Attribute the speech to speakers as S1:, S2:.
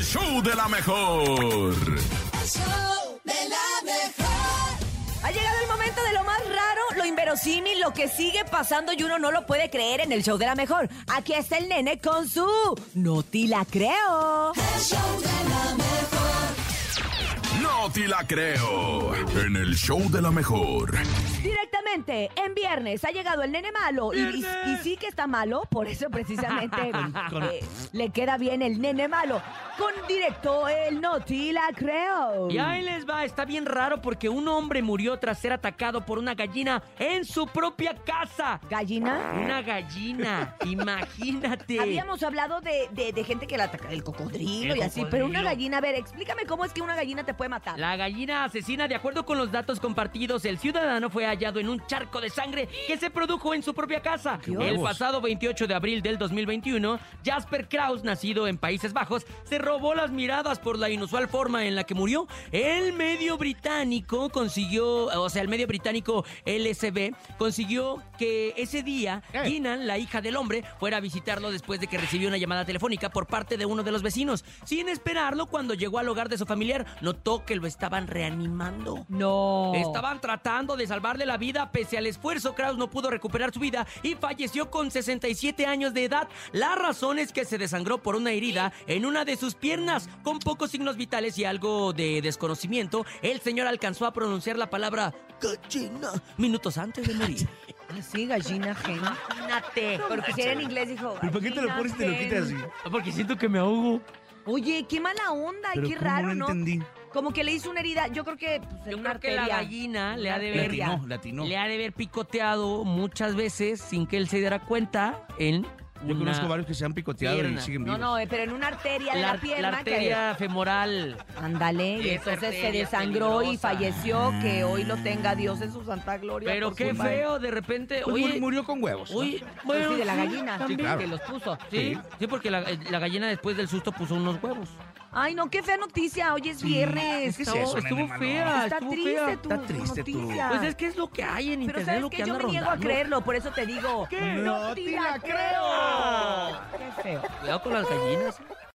S1: show de la mejor.
S2: El show de la mejor.
S3: Ha llegado el momento de lo más raro, lo inverosímil, lo que sigue pasando y uno no lo puede creer en el show de la mejor. Aquí está el nene con su No te la creo.
S2: El show de la mejor.
S1: No te la creo. En el show de la mejor.
S3: Directamente, en viernes ha llegado el nene malo y, y- y sí que está malo, por eso precisamente eh, le queda bien el nene malo. Con directo el No te la creo.
S4: Y ahí les va, está bien raro porque un hombre murió tras ser atacado por una gallina en su propia casa.
S3: Gallina.
S4: Una gallina, imagínate.
S3: Habíamos hablado de, de- de gente que la ataca, el cocodrilo
S4: El
S3: y así, pero una
S4: cocodrilo.
S3: gallina, a ver, explícame cómo es que una gallina te puede matar.
S4: La gallina asesina, de acuerdo con los datos compartidos, el ciudadano fue hallado en un charco de sangre que se produjo en su propia casa.
S3: ¡Qué
S4: El
S3: huevos!
S4: pasado 28 de abril del 2021, Jasper Kraus, nacido en Países Bajos, se robó las miradas por la inusual forma en la que murió. El medio británico consiguió, o sea, el medio británico LSB consiguió que ese día Ginan, la hija del hombre, fuera a visitarlo después de que recibió una llamada telefónica por parte de uno de los vecinos. Sin esperarlo, cuando llegó al hogar de su familiar, notó que lo estaban reanimando.
S3: No.
S4: Estaban tratando de salvarle la vida. Pese al esfuerzo, Kraus no pudo recuperar su vida y falleció con 67 años de edad. La razón es que se desangró por una herida en una de sus piernas. Con pocos signos vitales y algo de desconocimiento, el señor alcanzó a pronunciar la palabra gallina minutos antes de morir.
S5: Ah,
S3: Así, gallina gen.
S4: Imagínate.
S3: Porque si era en inglés dijo.
S5: ¿Pero por qué te lo
S3: "Gallina
S5: pones y te lo
S3: gen".
S5: quitas así?
S4: Porque siento que me ahogo.
S3: Oye, qué mala onda, y
S5: Pero
S3: qué
S5: ¿cómo
S3: raro, ¿no?
S5: no entendí.
S3: Como que le hizo una herida, yo creo que pues, en
S4: Yo
S3: una
S4: creo que la
S3: arteria.
S4: gallina le ha de
S3: Una
S4: ver
S3: arteria.
S5: Latino, latino.
S4: Le ha de haber picoteado muchas veces sin que él se diera cuenta en
S5: Yo
S4: una-
S5: conozco varios que se han picoteado
S4: pierna.
S5: y siguen
S3: No,
S5: vivos.
S3: no, eh, pero en una arteria de la,
S4: la,
S3: pierna
S4: la arteria femoral.
S3: que. Ándale, y
S4: Esa
S3: entonces se
S4: arteria
S3: desangró y
S4: peligrosa.
S3: falleció, que hoy lo tenga Dios en su santa gloria.
S4: Pero
S3: por
S4: qué
S3: su madre.
S4: feo, de repente.
S5: Pues
S4: oye,
S5: mur- murió con huevos. ¿no?
S4: oye,
S3: Pues
S4: bueno,
S3: sí, de la
S4: sí,
S3: gallina
S4: también.
S5: Sí, claro.
S3: que los puso.
S4: Sí,
S5: Sí.
S4: sí, porque la, eh, la gallina después del susto puso unos huevos.
S3: Ay, no, qué fea noticia. Hoy es
S5: Sí,
S3: viernes.
S5: ¿qué es
S4: Estuvo-
S5: eso, nene
S4: estuvo
S5: malo?
S4: fea,
S3: Está
S4: estuvo
S3: triste
S4: fea.
S3: tu
S5: Está triste tu-
S3: noticia.
S4: Pues es que es lo que hay en
S3: Ah. Pero
S4: internet,
S3: ¿sabes
S4: lo que
S3: qué? Yo
S4: anda
S3: me niego a
S4: rondando.
S3: creerlo, por eso te digo.
S4: ¿Qué?
S3: ¡No
S5: No
S3: te
S5: te
S3: la
S5: la
S3: creo! ¡Qué feo!
S4: Cuidado con las gallinas. ¿eh?